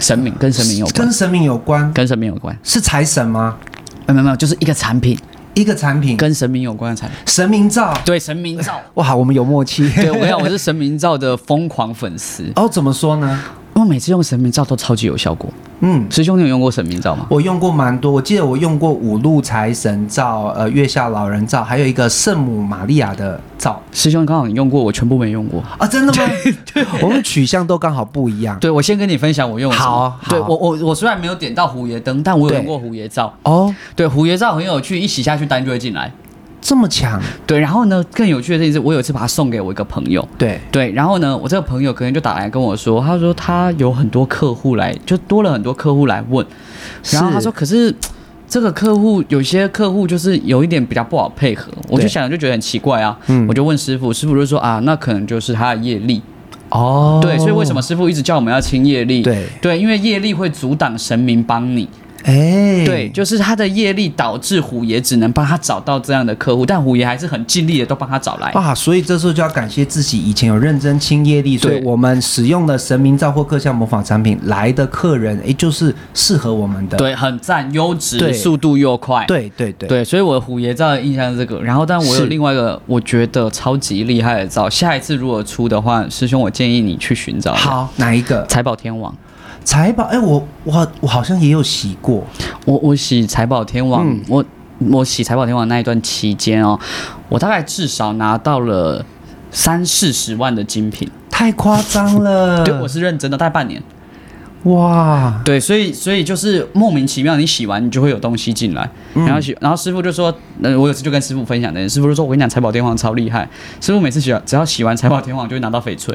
Speaker 2: 神明跟神明有关
Speaker 3: 跟，神明有关，
Speaker 2: 跟神明有关，
Speaker 3: 是财神吗？
Speaker 2: 没有没有没有，就是一个产品
Speaker 3: 一个产品，
Speaker 2: 跟神明有关的产品。
Speaker 3: 神明照。
Speaker 2: 嗯对，神明照。
Speaker 3: 哇，我们有默契。
Speaker 2: 对，我跟你讲，我是神明照的疯狂粉丝，
Speaker 3: [LAUGHS]
Speaker 2: [LAUGHS]
Speaker 3: 哦，怎么说呢？
Speaker 2: 因为每次用神明照都超级有效果。
Speaker 3: 嗯，
Speaker 2: 师兄，你有用过神明照吗？
Speaker 3: 我用过蛮多，我记得我用过五路财神照、呃月下老人照，还有一个圣母玛利亚的照
Speaker 2: 师兄，刚好你用过，我全部没用过。
Speaker 3: 啊，真的吗？我们取向都刚好不一样。
Speaker 2: 对，我先跟你分享我用了什么
Speaker 3: 好
Speaker 2: 对
Speaker 3: 好
Speaker 2: 我我我虽然没有点到虎爷灯，但我有用过虎爷照。
Speaker 3: 哦，
Speaker 2: 对，虎爷照很有趣，一洗下去单就会进来。
Speaker 3: 这么强，
Speaker 2: 对，然后呢，更有趣的事情是我有一次把它送给我一个朋友，
Speaker 3: 对，
Speaker 2: 对，然后呢，我这个朋友可能就打来跟我说，他说他有很多客户来，就多了很多客户来问，然后
Speaker 3: 是
Speaker 2: 他说，可是这个客户有些客户就是有一点比较不好配合，我就
Speaker 3: 对
Speaker 2: 想就觉得很奇怪啊，
Speaker 3: 嗯
Speaker 2: 我就问师傅，师傅就说啊，那可能就是他的业力，
Speaker 3: 哦，
Speaker 2: 对，所以为什么？师傅一直叫我们要清业力？
Speaker 3: 对
Speaker 2: 对，因为业力会阻挡神明帮你，
Speaker 3: 哎，
Speaker 2: 对，就是他的业力导致虎爷只能帮他找到这样的客户，但虎爷还是很尽力的都帮他找来。
Speaker 3: 啊，所以这时候就要感谢自己以前有认真清业力，所以
Speaker 2: 对
Speaker 3: 我们使用的神明照或各项模仿产品来的客人，哎，就是适合我们的。
Speaker 2: 对，很赞，优质，
Speaker 3: 对
Speaker 2: 速度又快。
Speaker 3: 对对对，
Speaker 2: 对，所以我的虎爷照的印象是这个，然后但我有
Speaker 3: 是
Speaker 2: 另外一个我觉得超级厉害的照，下一次如果出的话，师兄我建议你去寻找。，
Speaker 3: 好，哪一个
Speaker 2: 财宝天王，
Speaker 3: 财宝？哎，我我我好像也有洗过，
Speaker 2: 我我洗财宝天王，
Speaker 3: 嗯
Speaker 2: 我我洗财宝天王那一段期间哦，我大概至少拿到了三四十万的精品，
Speaker 3: 太夸张
Speaker 2: [LAUGHS]
Speaker 3: 了。
Speaker 2: 对，我是认真的，大概半年。
Speaker 3: 哇，
Speaker 2: 对，所以所以就是莫名其妙，你洗完你就会有东西进来，
Speaker 3: 嗯
Speaker 2: 然后洗，然后师傅就说，呃，我有次就跟师傅分享的，师傅就说我跟你讲，财宝天王超厉害，师傅每次洗完只要洗完财宝天王就会拿到翡翠，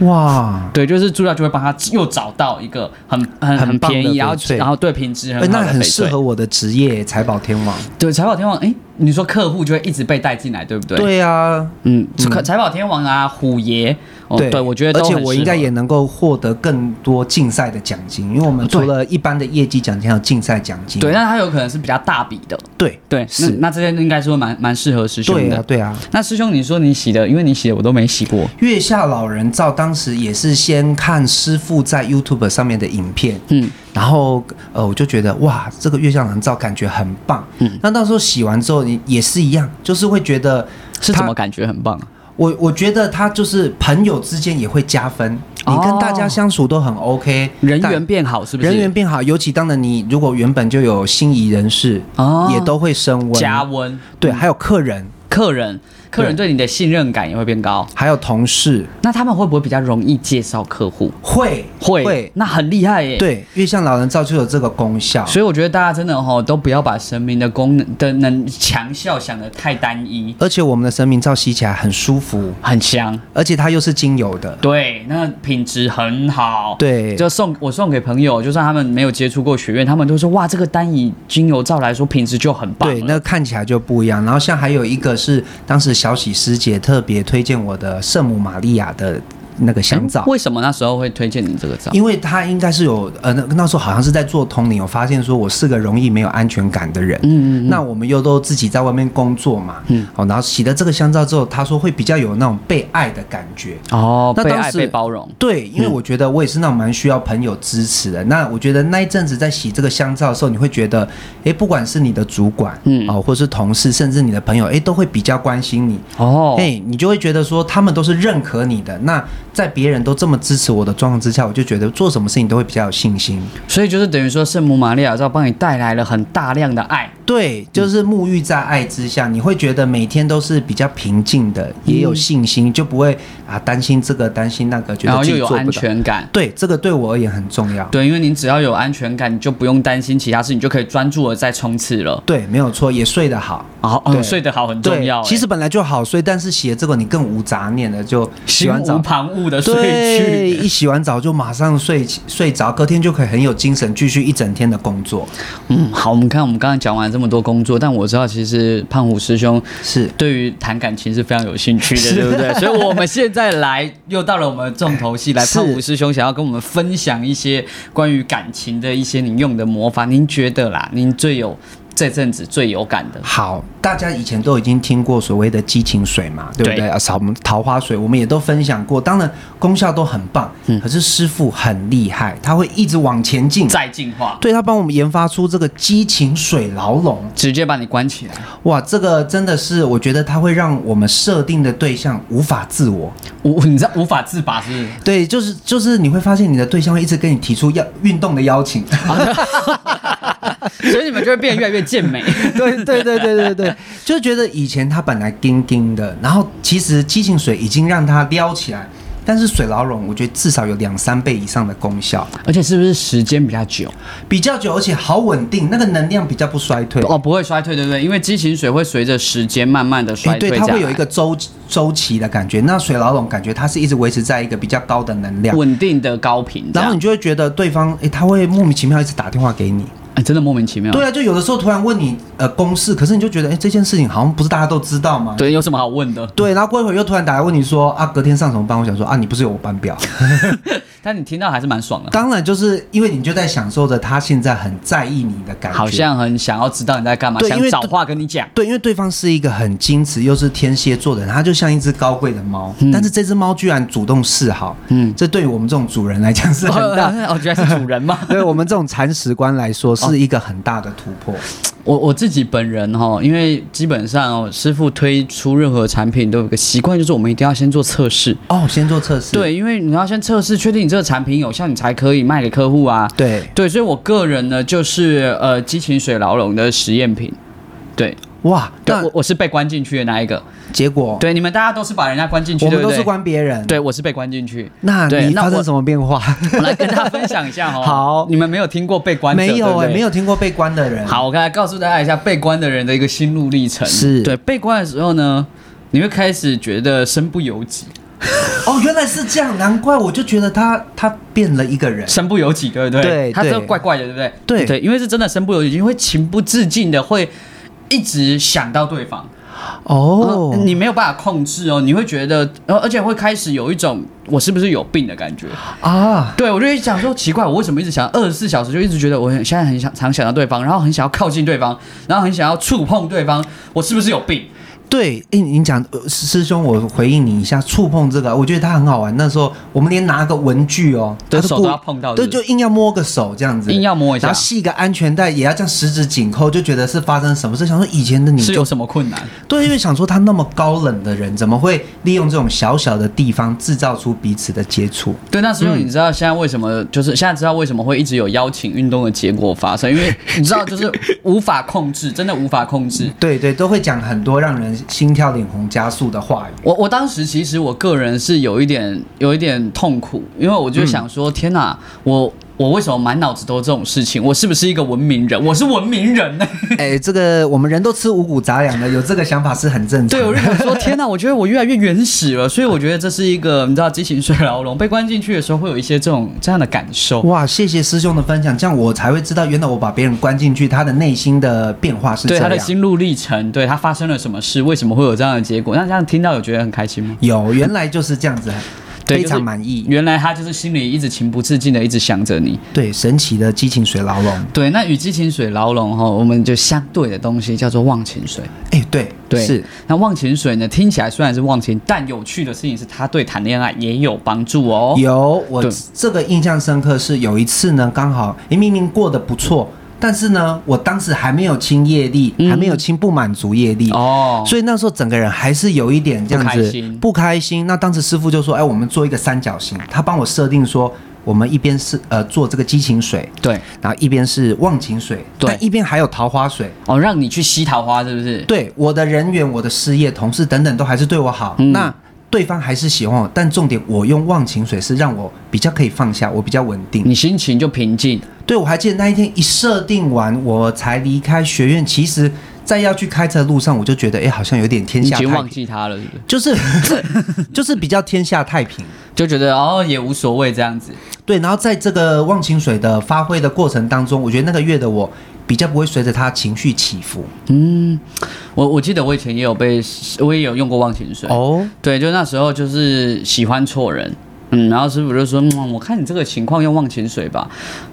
Speaker 3: 哇，
Speaker 2: 对，就是助教就会帮他又找到一个很很
Speaker 3: 很棒的
Speaker 2: 便宜，然后
Speaker 3: 翡翠
Speaker 2: 然后对品质
Speaker 3: 哎，
Speaker 2: 很好
Speaker 3: 那
Speaker 2: 的
Speaker 3: 很
Speaker 2: 翡
Speaker 3: 适
Speaker 2: 翠
Speaker 3: 合，我的职业财宝天王。
Speaker 2: 对，财宝天王，哎，你说客户就会一直被带进来，对不对？，
Speaker 3: 对啊，
Speaker 2: 嗯，可财宝天王啊，虎爷，哦，对，我觉得
Speaker 3: 而
Speaker 2: 都
Speaker 3: 且
Speaker 2: 很
Speaker 3: 我
Speaker 2: 适
Speaker 3: 应该
Speaker 2: 合
Speaker 3: 也能够获得更多竞赛的奖金，因为我们
Speaker 2: 哦对
Speaker 3: 除了一般的业绩奖金，还有竞赛奖金。
Speaker 2: 对，但他有可能是比较大笔的，
Speaker 3: 对
Speaker 2: 对，
Speaker 3: 是
Speaker 2: 那那这些应该说蛮蛮适合师兄
Speaker 3: 对
Speaker 2: 的。
Speaker 3: 啊，对啊。
Speaker 2: 那师兄，你说你洗的，因为你洗的我都没洗过，
Speaker 3: 月下老人照当时也是先看师傅在 YouTube 上面的影片，
Speaker 2: 嗯，
Speaker 3: 然后呃，我就觉得哇，这个月下老人照感觉很棒。
Speaker 2: 嗯，
Speaker 3: 那到时候洗完之后，你也是一样，就是会觉得
Speaker 2: 是怎
Speaker 3: 他
Speaker 2: 么感觉很棒啊？
Speaker 3: 我我觉得他就是朋友之间也会加分，你
Speaker 2: 哦
Speaker 3: 跟大家相处都很 OK，
Speaker 2: 人
Speaker 3: 但
Speaker 2: 缘变好是不是？
Speaker 3: 人缘变好，尤其当然你如果原本就有心仪人士，
Speaker 2: 哦
Speaker 3: 也都会升温。
Speaker 2: 加温，
Speaker 3: 对，还有客人，
Speaker 2: 客人客人对你的信任感也会变高。
Speaker 3: 还有同事，
Speaker 2: 那他们会不会比较容易介绍客户？
Speaker 3: 会
Speaker 2: 会，
Speaker 3: 会，
Speaker 2: 那很厉害耶。。
Speaker 3: 对，月相老人照就有这个功效。
Speaker 2: 所以我觉得大家真的哈、都不要把神明的功能的能强效想的太单一，
Speaker 3: 而且我们的神明照吸起来很舒服，
Speaker 2: 很香。
Speaker 3: 而且它又是精油的，
Speaker 2: 对，那品质很好。，
Speaker 3: 对，
Speaker 2: 就送我送给朋友，就算他们没有接触过学院，他们都说哇，这个单以精油皂来说品质就很棒了。
Speaker 3: 对，那看起来就不一样。然后像还有一个是当时小喜师姐特别推荐我的圣母玛利亚的那个香皂
Speaker 2: 诶，为什么那时候会推荐你这个皂？
Speaker 3: 因为他应该是有呃，那那时候好像是在做通灵，我发现说我是个容易没有安全感的人。
Speaker 2: 嗯嗯嗯
Speaker 3: 那我们又都自己在外面工作嘛，嗯，哦，然后洗了这个香皂之后，他说会比较有那种被爱的感觉。
Speaker 2: 哦，
Speaker 3: 那
Speaker 2: 被
Speaker 3: 当
Speaker 2: 爱
Speaker 3: 时
Speaker 2: 被包容。
Speaker 3: 对，因为我觉得我也是那种蛮需要朋友支持的。那我觉得那一阵子在洗这个香皂的时候，你会觉得，诶，不管是你的主管，
Speaker 2: 嗯
Speaker 3: 哦，或是同事，甚至你的朋友，诶，都会比较关心你。
Speaker 2: 哦，
Speaker 3: 哎、你就会觉得说他们都是认可你的。那在别人都这么支持我的状况之下，我就觉得做什么事情都会比较有信心。
Speaker 2: 所以就是等于说圣母玛利亚皂帮你带来了很大量的爱。
Speaker 3: 对，就是沐浴在爱之下，你会觉得每天都是比较平静的，也有信心，嗯就不会啊担心这个担心那个，觉
Speaker 2: 然
Speaker 3: 得
Speaker 2: 后
Speaker 3: 自
Speaker 2: 又
Speaker 3: 己
Speaker 2: 有
Speaker 3: 做
Speaker 2: 安
Speaker 3: 不到。
Speaker 2: 全感。
Speaker 3: 对，这个对我而言很重要。
Speaker 2: 对，因为你只要有安全感，你就不用担心其他事，你就可以专注的在冲刺了。
Speaker 3: 对，没有错，也睡得好。
Speaker 2: 哦，哦
Speaker 3: 对
Speaker 2: 睡得好很重
Speaker 3: 对
Speaker 2: 要。，欸
Speaker 3: 其实本来就好睡，但是洗了这个你更无杂念了，就洗
Speaker 2: 心
Speaker 3: 完
Speaker 2: 无
Speaker 3: 澡，
Speaker 2: 旁骛的
Speaker 3: 对，
Speaker 2: 睡去。
Speaker 3: 一洗完澡就马上睡起睡着，隔天就可以很有精神，继续一整天的工作。
Speaker 2: 嗯，好，我们看我们刚才讲完这么多工作，但我知道其实胖虎师兄
Speaker 3: 是
Speaker 2: 对于谈感情是非常有兴趣的，
Speaker 3: 是
Speaker 2: 对不对？所以我们现在来又到了我们的重头戏，来
Speaker 3: 是
Speaker 2: 胖虎师兄想要跟我们分享一些关于感情的一些您用的魔法，您觉得啦，您最有这阵子最有感的
Speaker 3: 好，大家以前都已经听过所谓的激情水嘛，对不
Speaker 2: 对
Speaker 3: 对？啊，我们桃花水我们也都分享过，当然功效都很棒，
Speaker 2: 嗯
Speaker 3: 可是师傅很厉害，他会一直往前进。
Speaker 2: 再进化，
Speaker 3: 对他帮我们研发出这个激情水牢笼，
Speaker 2: 直接把你关起来。
Speaker 3: 哇，这个真的是我觉得它会让我们设定的对象无法自我，
Speaker 2: 无你知道无法自拔是不是？
Speaker 3: 对，就是就是你会发现你的对象会一直跟你提出要运动的邀请，
Speaker 2: 所以你们就会变得越来越健美。
Speaker 3: [LAUGHS] 对对对对对对， [LAUGHS] 就觉得以前他本来硬硬的，然后其实激情水已经让他撩起来，但是水牢笼我觉得至少有两三倍以上的功效，
Speaker 2: [LAUGHS] 而且是不是时间比较久？
Speaker 3: 比较久而且好稳定，那个能量比较不衰退。
Speaker 2: 哦，不会衰退，对不对？因为激情水会随着时间慢慢的衰
Speaker 3: 哎，
Speaker 2: 退
Speaker 3: 对，
Speaker 2: 下来、
Speaker 3: 它会有一个周周期的感觉。那水牢笼感觉它是一直维持在一个比较高的能量，
Speaker 2: 稳定的高频这样。
Speaker 3: 然后你就会觉得对方，哎，他会莫名其妙一直打电话给你。
Speaker 2: 哎真的莫名其妙。
Speaker 3: 对啊，就有的时候突然问你呃公事，可是你就觉得，哎，这件事情好像不是大家都知道吗？
Speaker 2: 对，有什么好问的？
Speaker 3: 对，然后过一会儿又突然打来问你说啊，隔天上什么班？我想说啊，你不是有我班表？ [LAUGHS]
Speaker 2: 但你听到还是蛮爽的，
Speaker 3: 当然就是因为你就在享受着他现在很在意你的感觉，
Speaker 2: 好像很想要知道你在干嘛，
Speaker 3: 对因
Speaker 2: 想
Speaker 3: 为
Speaker 2: 找
Speaker 3: 对
Speaker 2: 话跟你
Speaker 3: [LAUGHS]
Speaker 2: 讲。
Speaker 3: 对，因为对方是一个很矜持又是天蝎座的人，他就像一只高贵的猫，但是这只猫居然主动示好，
Speaker 2: 嗯
Speaker 3: 嗯，这对于我们这种主人来讲是很大。
Speaker 2: [LAUGHS] 哦，哦原来是主人
Speaker 3: [LAUGHS]
Speaker 2: 吗？
Speaker 3: 对我们这种铲屎官来说，
Speaker 2: 哦
Speaker 3: 是一个很大的突破。
Speaker 2: 我我自己本人哈，因为基本上哦，师傅推出任何产品都有个习惯，就是我们一定要先做测试。
Speaker 3: 哦，先做测试。
Speaker 2: 对，因为你要先测试，确定你这个产品有效，你才可以卖给客户啊。
Speaker 3: 对，
Speaker 2: 对，所以我个人呢，就是呃，激情水牢笼的实验品。对，
Speaker 3: 哇，
Speaker 2: 对
Speaker 3: 那
Speaker 2: 我我是被关进去的那一个。
Speaker 3: 结果
Speaker 2: 对，你们大家都是把人家关进去，
Speaker 3: 我们都
Speaker 2: 对
Speaker 3: 是
Speaker 2: 不对
Speaker 3: 关别人。，
Speaker 2: 对，我是被关进去。
Speaker 3: 那
Speaker 2: 对
Speaker 3: 你
Speaker 2: 那
Speaker 3: 发
Speaker 2: 我
Speaker 3: 生什么变化？
Speaker 2: 我 [LAUGHS] 来跟大家分享一下哦。
Speaker 3: [LAUGHS] 好
Speaker 2: 你们没有听过被关者，
Speaker 3: [LAUGHS] 没有
Speaker 2: 哎、
Speaker 3: 哎，没。有听过被关的人。
Speaker 2: 好，我刚才告诉大家一下被关的人的一个心路历程。
Speaker 3: 是
Speaker 2: 对，被关的时候呢，你会开始觉得身不由己，
Speaker 3: 哦，原来是这样，难怪我就觉得他他变了一个人。
Speaker 2: 身不由己，对不对？
Speaker 3: 对
Speaker 2: 他这
Speaker 3: 对
Speaker 2: 怪怪的，对不对？
Speaker 3: 对
Speaker 2: 对，因为是真的身不由己，因为情不自禁的会一直想到对方。
Speaker 3: 哦，
Speaker 2: 你没有办法控制哦，你会觉得，呃而且会开始有一种我是不是有病的感觉。
Speaker 3: 啊，
Speaker 2: 对，我就一直想说奇怪，我为什么一直想二十四小时就一直觉得我很现在很想常想到对方，然后很想要靠近对方，然后很想要触碰对方，我是不是有病？
Speaker 3: 对，哎、你讲呃师师兄，我回应你一下，触碰这个，我觉得它很好玩。那时候我们连拿个文具哦，
Speaker 2: 对
Speaker 3: 它
Speaker 2: 手
Speaker 3: 故
Speaker 2: 都要碰到是
Speaker 3: 对，
Speaker 2: 不是
Speaker 3: 就硬要摸个手这样子，
Speaker 2: 硬要摸一下
Speaker 3: 然后系个安全带，也要这样十指紧扣，就觉得是发生什么事。想说以前的你
Speaker 2: 是嗯
Speaker 3: 就
Speaker 2: 有什么困难？
Speaker 3: 对，因为想说他那么高冷的人，怎么会利用这种小小的地方制造出彼此的接触？
Speaker 2: 对，那所以你知道现在为什么，就是现在知道为什么会一直有邀请运动的结果发生，因为你知道就是无法控制，真的无法控制。
Speaker 3: 对对，都会讲很多让人心跳脸红加速的话语。
Speaker 2: 我我当时其实我个人是有一点有一点痛苦，因为我就想说，天哪，我我为什么满脑子都是这种事情？我是不是一个文明人？我是文明人呢、
Speaker 3: [LAUGHS] 哎、这个我们人都吃五谷杂粮的，有这个想法是很正常
Speaker 2: 对，
Speaker 3: 的。
Speaker 2: 我就想
Speaker 3: [LAUGHS]
Speaker 2: 说，天哪，我觉得我越来越原始了，所以我觉得这是一个你知道激情水牢笼，被关进去的时候会有一些这种这样的感受。
Speaker 3: 哇，谢谢师兄的分享，这样我才会知道，原来我把别人关进去，他的内心的变化是这
Speaker 2: 对
Speaker 3: 样。
Speaker 2: 他的心路历程，对他发生了什么事，为什么会有这样的结果？那这样听到有觉得很开心吗？
Speaker 3: 有，原来就是这样子，
Speaker 2: 对
Speaker 3: 非
Speaker 2: 就是
Speaker 3: 常满意。
Speaker 2: 原来他就是心里一直情不自禁的一直想着你。
Speaker 3: 对，神奇的激情水牢笼。
Speaker 2: 对，那与激情水牢笼哈，我们就相对的东西叫做忘情水。
Speaker 3: 哎、对，
Speaker 2: 对，
Speaker 3: 是。
Speaker 2: 那忘情水呢，听起来虽然是忘情，但有趣的事情是，它对谈恋爱也有帮助哦。
Speaker 3: 有我
Speaker 2: 对
Speaker 3: 这个印象深刻是有一次呢，刚好你明明过得不错，但是呢，我当时还没有清业力，还没有清不满足业力。
Speaker 2: 嗯哦，
Speaker 3: 所以那时候整个人还是有一点这样子
Speaker 2: 不开心
Speaker 3: 不开心那当时师傅就说：“哎，我们做一个三角形。”他帮我设定说，我们一边是呃做这个激情水，
Speaker 2: 对，
Speaker 3: 然后一边是忘情水，
Speaker 2: 对
Speaker 3: 但一边还有桃花水。
Speaker 2: 哦，让你去吸桃花是不是？
Speaker 3: 对我的人缘、我的事业、同事等等都还是对我好，
Speaker 2: 嗯
Speaker 3: 那对方还是喜欢我，但重点我用忘情水是让我比较可以放下，我比较稳定。
Speaker 2: 你心情就平静。
Speaker 3: 对我还记得那一天一设定完，我才离开学院，其实。在要去开车的路上，我就觉得，哎、好像有点天
Speaker 2: 你已
Speaker 3: 下太
Speaker 2: 经忘
Speaker 3: 平，
Speaker 2: 记他了，是不是？
Speaker 3: 就是就是比较天下太平。
Speaker 2: 就觉得哦也无所谓这样子。
Speaker 3: 对，然后在这个忘情水的发挥的过程当中，我觉得那个月的我比较不会随着他情绪起伏。
Speaker 2: 嗯，我我记得我以前也有被，我也有用过忘情水。
Speaker 3: 哦，
Speaker 2: 对，就那时候就是喜欢错人。嗯，然后师傅就说：“嗯，我看你这个情况用忘情水吧。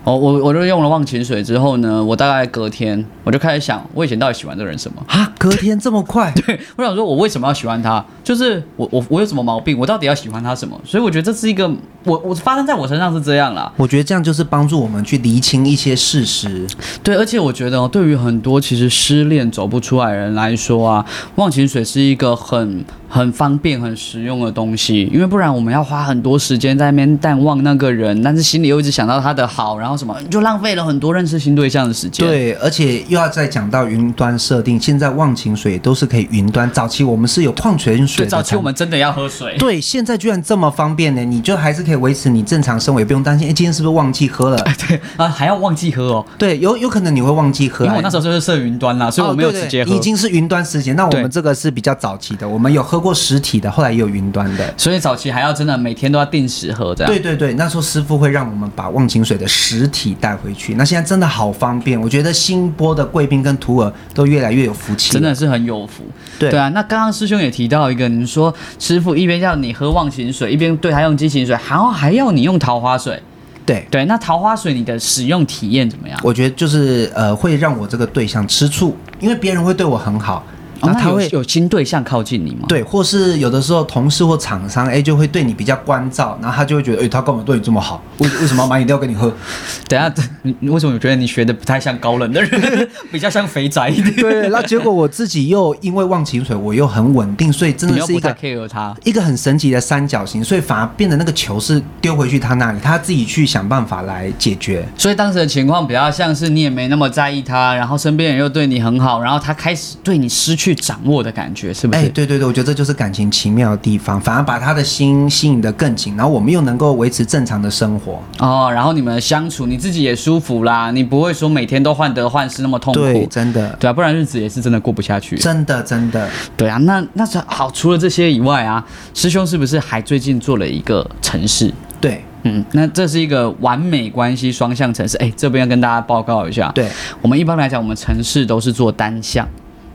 Speaker 2: 哦”我我就用了忘情水之后呢，我大概隔天我就开始想，我以前到底喜欢这个人什么？
Speaker 3: 啊，隔天这么快，
Speaker 2: 对，我想说，我为什么要喜欢他？就是我我我有什么毛病？我到底要喜欢他什么？所以我觉得这是一个我我发生在我身上是这样啦。
Speaker 3: 我觉得这样就是帮助我们去厘清一些事实。
Speaker 2: 对，而且我觉得哦，对于很多其实失恋走不出来的人来说啊，忘情水是一个很很方便、很实用的东西，因为不然我们要花很多时间在那边淡忘那个人，但是心里又一直想到他的好，然后什么就浪费了很多认识新对象的时间。，
Speaker 3: 对，而且又要再讲到云端设定，现在忘情水都是可以云端。早期我们是有矿泉
Speaker 2: 对，
Speaker 3: 水的
Speaker 2: 早期
Speaker 3: 产
Speaker 2: 我们真的要喝水。
Speaker 3: 对，现在居然这么方便呢，你就还是可以维持你正常生活，也不用担心，哎，今天是不是忘记喝了？
Speaker 2: [LAUGHS] 对啊，还要忘记喝哦，
Speaker 3: 对，有有可能你会忘记喝
Speaker 2: 因
Speaker 3: 啊，
Speaker 2: 为我那时候就是设云端啦，所以我没有
Speaker 3: 哦对
Speaker 2: 直接
Speaker 3: 对
Speaker 2: 喝。
Speaker 3: 你已经是云端时间。那我
Speaker 2: 对
Speaker 3: 们这个是比较早期的，我们有喝过实体的，后来也有云端的。
Speaker 2: 所以早期还要真的每天都要定时喝这样。
Speaker 3: 对对对，那时候师傅会让我们把忘情水的实体带回去。那现在真的好方便，我觉得新波的贵宾跟徒儿都越来越有福气。
Speaker 2: 真的，是很有福。
Speaker 3: 对
Speaker 2: 啊，那刚刚师兄也提到一个，你说师傅一边要你喝忘情水，一边对他用激情水，然后还要你用桃花水。
Speaker 3: 对，
Speaker 2: 对，那桃花水你的使用体验怎么样？
Speaker 3: 我觉得就是呃，会让我这个对象吃醋，因为别人会对我很好，
Speaker 2: 哦
Speaker 3: 然后
Speaker 2: 那
Speaker 3: 他
Speaker 2: 有
Speaker 3: 会、
Speaker 2: 有新对象靠近你吗？，
Speaker 3: 对，或是有的时候同事或厂商哎就会对你比较关照，然后他就会觉得，哎、他干嘛对你这
Speaker 2: [LAUGHS]
Speaker 3: 么好？为为什么要买饮料给你喝？
Speaker 2: 等一下你你为什么我觉得你学的不太像高冷的人， [LAUGHS] 比较像肥宅一 [LAUGHS] 点？
Speaker 3: 对，那结果我自己又因为忘情水，我又很稳定，所以真
Speaker 2: 你
Speaker 3: 的
Speaker 2: 又
Speaker 3: 是
Speaker 2: 不
Speaker 3: 一
Speaker 2: 太
Speaker 3: 个
Speaker 2: care 他。
Speaker 3: 一个很神奇的三角形，所以反而变得那个球是丢回去他那里，他自己去想办法来解决。
Speaker 2: 所以当时的情况比较像是你也没那么在意他，然后身边人又对你很好，然后他开始对你失去掌握的感觉，是不
Speaker 3: 哎、
Speaker 2: 是？
Speaker 3: 对对对，我觉得这就是感情奇妙的地方，反而把他的心吸引得更紧，然后我们又能够维持正常的生活。
Speaker 2: 哦，然后你们相处，你自己也舒服啦，你不会说每天都患得患失那么痛苦，
Speaker 3: 对，真的，
Speaker 2: 对啊，不然日子也是真的过不下去。
Speaker 3: 真的，真的，
Speaker 2: 对啊，那那是好，除了这些以外啊，师兄是不是还最近做了一个城市？
Speaker 3: 对
Speaker 2: 嗯，那这是一个完美关系双向城市。哎，这边要跟大家报告一下，
Speaker 3: 对，
Speaker 2: 我们一般来讲，我们城市都是做单向。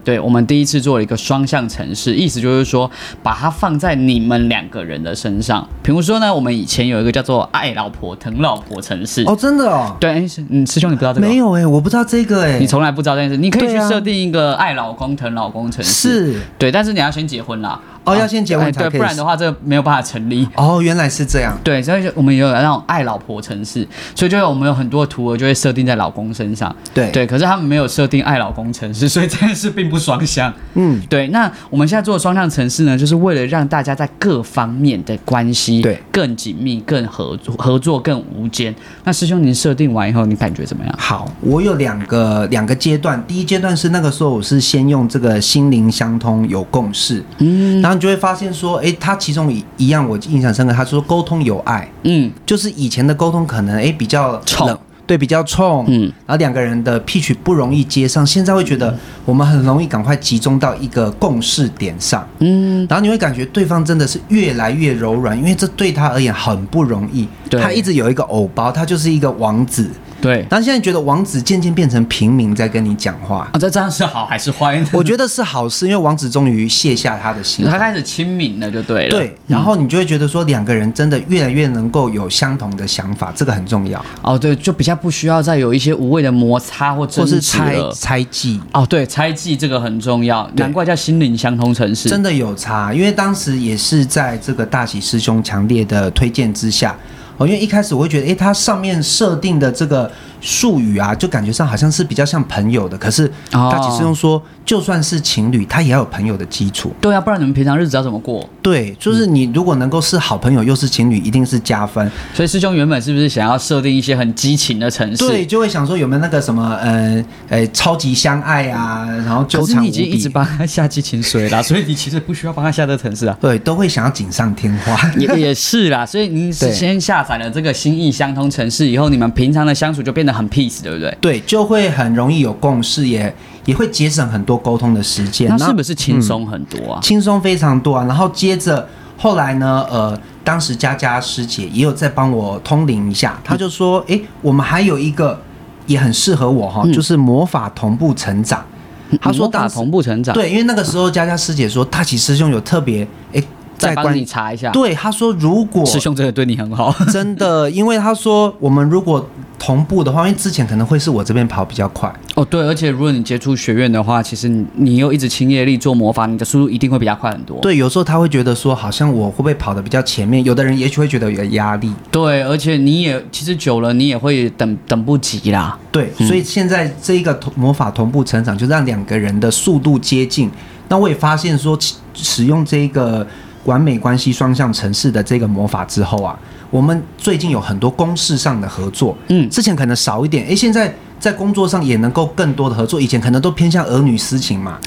Speaker 2: 对我们第一次做了一个双向城市，意思就是说把它放在你们两个人的身上。比如说呢，我们以前有一个叫做“爱老婆疼老婆”城市。
Speaker 3: 哦，真的哦，
Speaker 2: 对，哎是嗯，师兄你不知道这个哦？
Speaker 3: 没有哎、我不知道这个哎、
Speaker 2: 你从来不知道这件事，你可以去
Speaker 3: 对啊
Speaker 2: 设定一个爱老公疼老公城市，
Speaker 3: 是
Speaker 2: 对，但是你要先结婚啦。
Speaker 3: 哦
Speaker 2: 啊
Speaker 3: 要先结婚
Speaker 2: 哎
Speaker 3: 才
Speaker 2: 对，
Speaker 3: 可以
Speaker 2: 不然的话这个没有办法成立。
Speaker 3: 哦，原来是这样。
Speaker 2: 对，所以就我们也有那种爱老婆城市，所以就有我们有很多图额就会设定在老公身上。
Speaker 3: 对
Speaker 2: 对，可是他们没有设定爱老公城市，所以这件事并不双向。
Speaker 3: 嗯，
Speaker 2: 对，那我们现在做的双向城市呢，就是为了让大家在各方面的关系
Speaker 3: 对
Speaker 2: 更紧密、更合作、合作更无间。那师兄，您设定完以后，你感觉怎么样？
Speaker 3: 好，我有两个两个阶段，第一阶段是那个时候我是先用这个心灵相通有共识，嗯，然后你就会发现说，诶，他其中一一样我印象深刻，他说沟通有爱，
Speaker 2: 嗯
Speaker 3: 就是以前的沟通可能诶比较
Speaker 2: 冲
Speaker 3: 冷，对，比较冲，
Speaker 2: 嗯
Speaker 3: 然后两个人的 pitch 不容易接上，现在会觉得我们很容易赶快集中到一个共识点上，
Speaker 2: 嗯，
Speaker 3: 然后你会感觉对方真的是越来越柔软，因为这对他而言很不容易，
Speaker 2: 对
Speaker 3: 他一直有一个偶包，他就是一个王子。
Speaker 2: 对。
Speaker 3: 然后现在觉得王子渐渐变成平民在跟你讲话，
Speaker 2: [LAUGHS] 啊，这这样是好还是坏呢？
Speaker 3: 我觉得是好事，因为王子终于卸下他的心
Speaker 2: 他。开始亲民了，就对了。
Speaker 3: 对，然后你就会觉得说两个人真的越来越能够有相同的想法，这个很重要，
Speaker 2: 哦，对，就比较不需要再有一些无谓的摩擦或争
Speaker 3: 或是
Speaker 2: 执
Speaker 3: 猜
Speaker 2: 了。
Speaker 3: 猜忌，
Speaker 2: 哦，对，猜忌这个很重要，难怪叫心灵相通城市。
Speaker 3: 真
Speaker 2: 的，
Speaker 3: 的有差。因为当时也是在这个大喜师兄强烈的推荐之下，哦，因为一开始我会觉得，诶，他上面设定的这个术语啊，就感觉上好像是比较像朋友的，可是
Speaker 2: 哦
Speaker 3: 大喜师兄说，就算是情侣，他也要有朋友的基础。
Speaker 2: 对啊，不然你们平常日子要怎么过？
Speaker 3: 对，就是你如果能够是好朋友又是情侣，一定是加分。
Speaker 2: 所以师兄原本是不是想要设定一些很激情的城市？
Speaker 3: 对，，就会想说有没有那个什么，呃，呃，超级相爱啊，然后纠
Speaker 2: 可是
Speaker 3: 缠
Speaker 2: 你
Speaker 3: 无
Speaker 2: 已经一直
Speaker 3: 比，
Speaker 2: 帮他下激情水啦，所以你其实不需要帮他下这城市啊。
Speaker 3: 对，都会想要锦上添花。
Speaker 2: 也也是啦，所以您是
Speaker 3: 对
Speaker 2: 先下载了这个心意相通城市以后，你们平常的相处就变得很 peace，对不对？
Speaker 3: 对，就会很容易有共识，也也会节省很多沟通的时间。
Speaker 2: 那
Speaker 3: 然
Speaker 2: 是
Speaker 3: 后
Speaker 2: 不是轻松很多啊？
Speaker 3: 轻松非常多啊。然后接着后来呢，呃，当时佳佳师姐也有在帮我通灵一
Speaker 2: 嗯
Speaker 3: 下，她就说：“诶，我们还有一个也很适合我哈、就是魔法同步成长。”她说
Speaker 2: 嗯魔法
Speaker 3: 当时
Speaker 2: 同步成长，，
Speaker 3: 对，因为那个时候佳佳师姐说，大喜师兄有特别诶，
Speaker 2: 再
Speaker 3: 在
Speaker 2: 帮
Speaker 3: 关
Speaker 2: 你查一下。
Speaker 3: 对她说，如果
Speaker 2: 师兄真的对你很好。
Speaker 3: 真的，因为她说我们如果同步的话，因为之前可能会是我这边跑比较快，
Speaker 2: [LAUGHS] 哦，对，而且如果你接触学院的话，其实你你又一直亲业力做魔法，你的速度一定会比较快很多。
Speaker 3: 对，有时候她会觉得说好像我会不会跑得比较前面，有的人也许会觉得有压力，
Speaker 2: 对，而且你也其实久了，你也会等等不及啦。
Speaker 3: 对，所以现在这一个同魔法同步成长，就让两个人的速度接近。那我也发现说，其使用这一个完美关系双向城市的这个魔法之后啊，我们最近有很多公事上的合作，
Speaker 2: 嗯
Speaker 3: 之前可能少一点，诶，现在在工作上也能够更多的合作，以前可能都偏向儿女私
Speaker 2: [LAUGHS]
Speaker 3: 情嘛，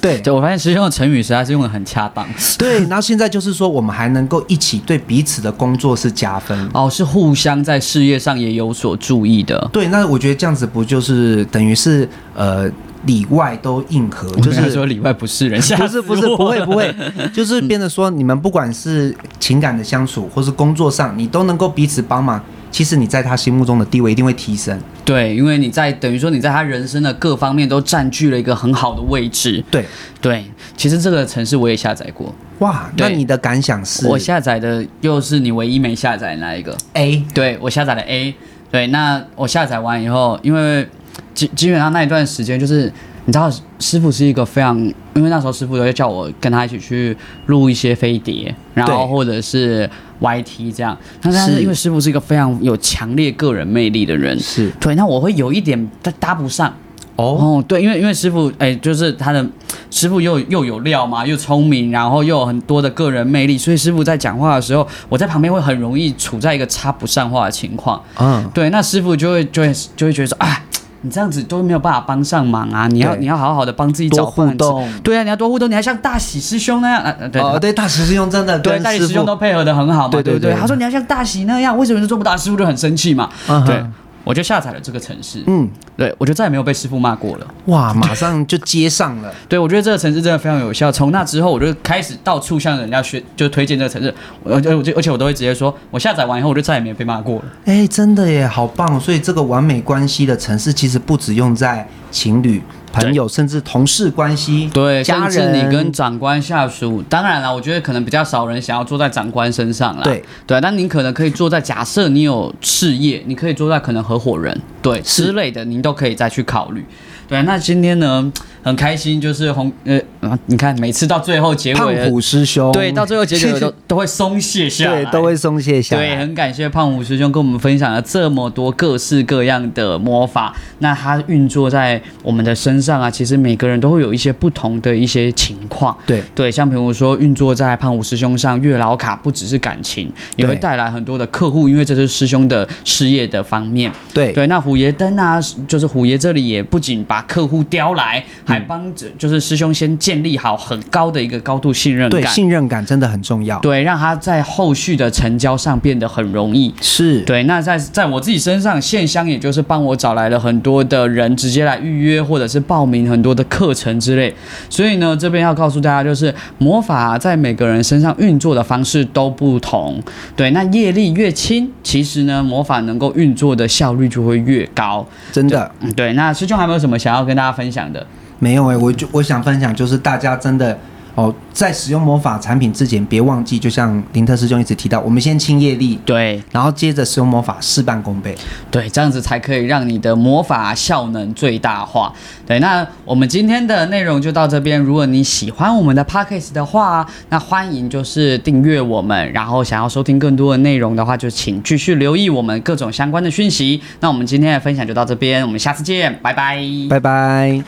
Speaker 3: 对
Speaker 2: 对，我发现师兄的成语实在是用的很恰当。
Speaker 3: [LAUGHS] 对，然后现在就是说，我们还能够一起对彼此的工作是加分。
Speaker 2: 哦，是互相在事业上也有所注意的。
Speaker 3: 对，那我觉得这样子不就是等于是呃里外都应和，就
Speaker 2: 我刚才
Speaker 3: 是
Speaker 2: 说里外不是人，吓
Speaker 3: 不
Speaker 2: 死
Speaker 3: 是不是
Speaker 2: 我
Speaker 3: 不会
Speaker 2: 了
Speaker 3: 不会，就是变得说你们不管是情感的相处，或是工作上，你都能够彼此帮忙。其实你在他心目中的地位一定会提升。
Speaker 2: [LAUGHS] 对，因为你在等于说你在他人生的各方面都占据了一个很好的位置。
Speaker 3: 对，
Speaker 2: 对，其实这个城市我也下载过，
Speaker 3: 哇，那
Speaker 2: 对
Speaker 3: 你的感想是？
Speaker 2: 我下载的又是你唯一没下载的那一个。
Speaker 3: A
Speaker 2: 对我下载了 A，对，那我下载完以后，因为基基本上那一段时间就是。你知道师傅是一个非常，因为那时候师傅都会叫我跟他一起去录一些飞碟，然后
Speaker 3: 对
Speaker 2: 或者是 YT 这样。但是他
Speaker 3: 是
Speaker 2: 是因为师傅是一个非常有强烈个人魅力的人，
Speaker 3: 是
Speaker 2: 对，那我会有一点搭搭不上。
Speaker 3: 哦，
Speaker 2: 哦，对，因为因为师傅，哎、就是他的师傅又又有料嘛，又聪明，然后又有很多的个人魅力，所以师傅在讲话的时候，我在旁边会很容易处在一个插不上话的情况。
Speaker 3: 嗯，
Speaker 2: 对，那师傅就会就会就会觉得说，啊，你这样子都没有办法帮上忙啊，你要
Speaker 3: 对
Speaker 2: 你要好好的帮自己
Speaker 3: 多
Speaker 2: 找
Speaker 3: 互
Speaker 2: 饭吃
Speaker 3: 动
Speaker 2: 对啊，你要多互动，你还像大喜师兄那样，啊、啊对。
Speaker 3: 哦，对，大师兄真的
Speaker 2: 对，
Speaker 3: 跟
Speaker 2: 大喜
Speaker 3: 师
Speaker 2: 师兄都
Speaker 3: 傅
Speaker 2: 配合的很好嘛，
Speaker 3: 对
Speaker 2: 对
Speaker 3: 对
Speaker 2: 不对？
Speaker 3: 对
Speaker 2: 他说你要像大喜那样，为什么做不到？师傅就很生气嘛。
Speaker 3: 嗯哼
Speaker 2: 对，我就下载了这个城市，
Speaker 3: 嗯，
Speaker 2: 对我就再也没有被师傅骂过了。
Speaker 3: 哇，马上就接上了。
Speaker 2: [LAUGHS] 对，我觉得这个城市真的非常有效。从那之后，我就开始到处向人家学，就推荐这个城市。我就我就而且我都会直接说，我下载完以后，我就再也没有被骂过
Speaker 3: 嗯
Speaker 2: 了。
Speaker 3: 哎，真的耶，好棒哦！所以这个完美关系的城市其实不只用在情侣，朋友，甚至同事关系，
Speaker 2: 对，
Speaker 3: 家
Speaker 2: 甚至
Speaker 3: 人，
Speaker 2: 你跟长官下属，当然了，我觉得可能比较少人想要坐在长官身上啦。
Speaker 3: 对
Speaker 2: 对，但你可能可以坐在，假设你有事业，你可以坐在可能合伙人，对
Speaker 3: 是
Speaker 2: 之类的，您都可以再去考虑。对，那今天呢，很开心，就是红呃，啊你看每次到最后结
Speaker 3: 胖
Speaker 2: 尾了，
Speaker 3: 虎师兄，
Speaker 2: 对，到最后结尾都都会松懈下来，
Speaker 3: 对都会松懈下
Speaker 2: 对，
Speaker 3: 来。
Speaker 2: 很感谢胖虎师兄跟我们分享了这么多各式各样的魔法，那它运作在我们的身上啊，其实每个人都会有一些不同的一些情况。
Speaker 3: 对
Speaker 2: 对，像比如说运作在胖虎师兄上，月老卡不只是感情，也会
Speaker 3: 对
Speaker 2: 带来很多的客户，因为这是师兄的事业的方面。
Speaker 3: 对
Speaker 2: 对，那虎爷灯啊，就是虎爷这里也不仅把客户叼来，还
Speaker 3: 嗯
Speaker 2: 帮着就是师兄先建立好很高的一个高度信任
Speaker 3: 对，
Speaker 2: 感。
Speaker 3: 信任感真的很重要。
Speaker 2: 对，让他在后续的成交上变得很容易。
Speaker 3: 是，
Speaker 2: 对，那在在我自己身上，线香也就是帮我找来了很多的人，直接来预约或者是报名很多的课程之类。所以呢，这边要告诉大家，就是魔法在每个人身上运作的方式都不同。对，那业力越轻，其实呢，魔法能够运作的效率就会越高。
Speaker 3: 真的
Speaker 2: 嗯，对。那师兄还有没有什么想要跟大家分享的？
Speaker 3: 没有哎、我就我想分享，就是大家真的哦，在使用魔法产品之前，别忘记，就像林特师兄一直提到，我们先清业力，
Speaker 2: 对
Speaker 3: 然后接着使用魔法，事半功倍。
Speaker 2: 对，这样子才可以让你的魔法效能最大化。对，那我们今天的内容就到这边。如果你喜欢我们的 podcast 的话，那欢迎就是订阅我们，然后想要收听更多的内容的话，就请继续留意我们各种相关的讯息。那我们今天的分享就到这边，我们下次见，拜拜。
Speaker 3: 拜拜。